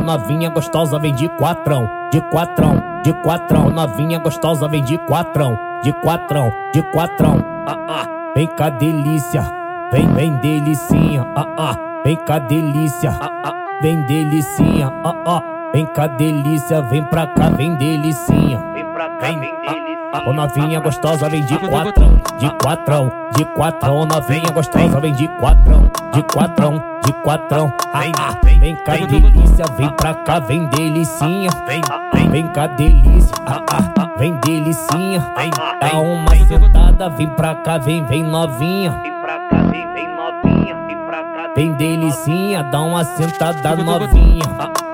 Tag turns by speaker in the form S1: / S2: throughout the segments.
S1: novinha gostosa vem de quatrão, de quatrão, de quatrão, novinha gostosa vem de quatrão, de quatrão, de quatrão. Ah ah, vem cá delícia, vem vem delicinha. Ah ah, vem cá delícia, ah ah, vem delicinha. Ah ah, vem cá delícia, vem pra cá, vem delicinha. Vem pra cá, vem delicinha. Ô novinha gostosa vem de quatrão, de quatrão, de quatrão. Ô novinha gostosa vem de quatrão, de quatrão, de quatrão. Ah, ah, vem cá delícia, vem pra cá, vem delicinha. Vem, vem cá delícia, ah, ah, vem delicinha. Dá uma sentada, vem pra cá, vem, vem novinha.
S2: Vem pra cá, vem, vem novinha. Vem pra cá,
S1: Vem delicinha, dá uma sentada novinha.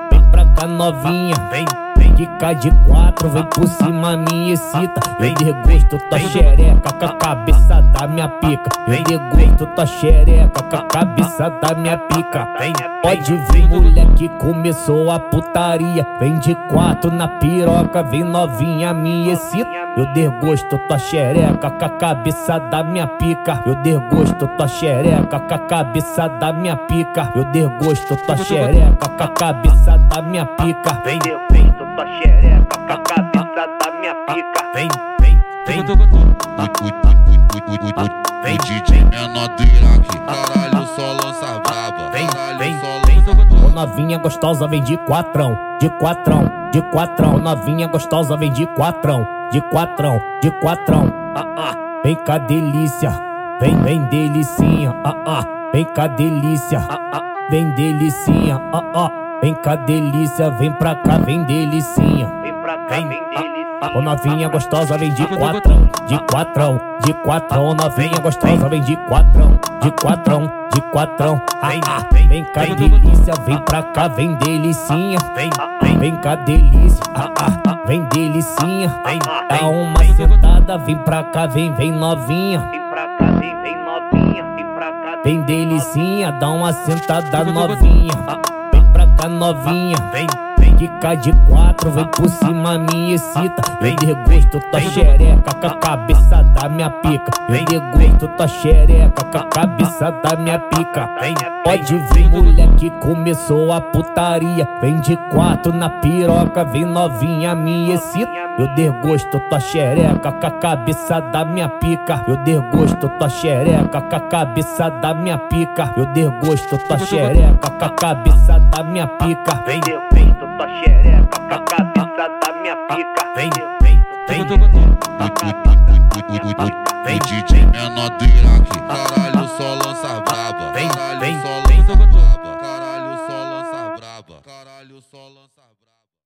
S1: Vem pra cá novinha, vem, vem de cá de quatro, vem por cima minha excita. Eu degusto tua xereca com a cabeça da minha pica. Eu degusto tua xereca com a cabeça da minha pica. Pode vir mulher que começou a putaria. Vem de quatro na piroca, vem novinha minha excita. Eu desgosto tua xereca com a cabeça da minha pica. Eu desgosto tua xereca com a cabeça da minha pica. Eu desgosto tua xereca com a cabeça da minha pica.
S2: vem, vem, tô tua xereca.
S1: Ah,
S2: Com a cabeça da minha pica.
S1: Vem, vem, vem.
S3: O, o, o, o, o, o, o, o DJ menodeira aqui. Caralho, só lança braba.
S1: Vem, vem,
S3: Caralho, só lança braba.
S1: Ô novinha gostosa vem de quatrão, de quatrão, de quatrão. Novinha gostosa vem de quatrão, de quatrão, de quatrão. Ah ah, vem cá delícia, vem vem delicinha. Ah ah, vem cá delícia, ah ah, vem delicinha. Ah ah, vem cá delícia, vem pra cá, vem delicinha.
S2: Vem pra cá, vem delicinha.
S1: ah, Ô novinha gostosa vem de quatrão, de quatrão, de quatrão. Ô novinha gostosa vem de quatrão, de quatrão, de quatrão. Vem, vem cá delícia, vem pra cá, vem delicinha. Vem, vem cá delícia, ah, ah, vem delicinha. Dá uma sentada, vem pra cá, vem, vem novinha.
S2: Vem pra cá, vem, vem novinha. Vem pra cá,
S1: Vem delicinha, dá uma sentada novinha. Vem pra cá novinha, Ah. vem, Ah. vem de cá de quatro, vem por cima minha excita. Eu degusto tua tá xereca com a cabeça da minha pica. Eu degusto tua tá xereca com a cabeça da minha pica. Pode vir mulher que começou a putaria. Vem de quatro na piroca, vem novinha minha excita. Eu desgosto tua xereca com a cabeça da minha pica. Eu desgosto tua xereca com a cabeça da minha pica. Eu desgosto tua xereca com a cabeça da minha pica.
S2: Vem, vem, tô tua xereca. Com a cabeça da minha pica.
S1: Ah, Vem, vem, vem.
S3: O, o, o, o, o, o, o, o DJ menodeira aqui. Caralho, só lança braba.
S1: Vem,
S3: Caralho,
S1: vem,
S3: só lança braba. Caralho, só lança braba. Caralho, só lança braba.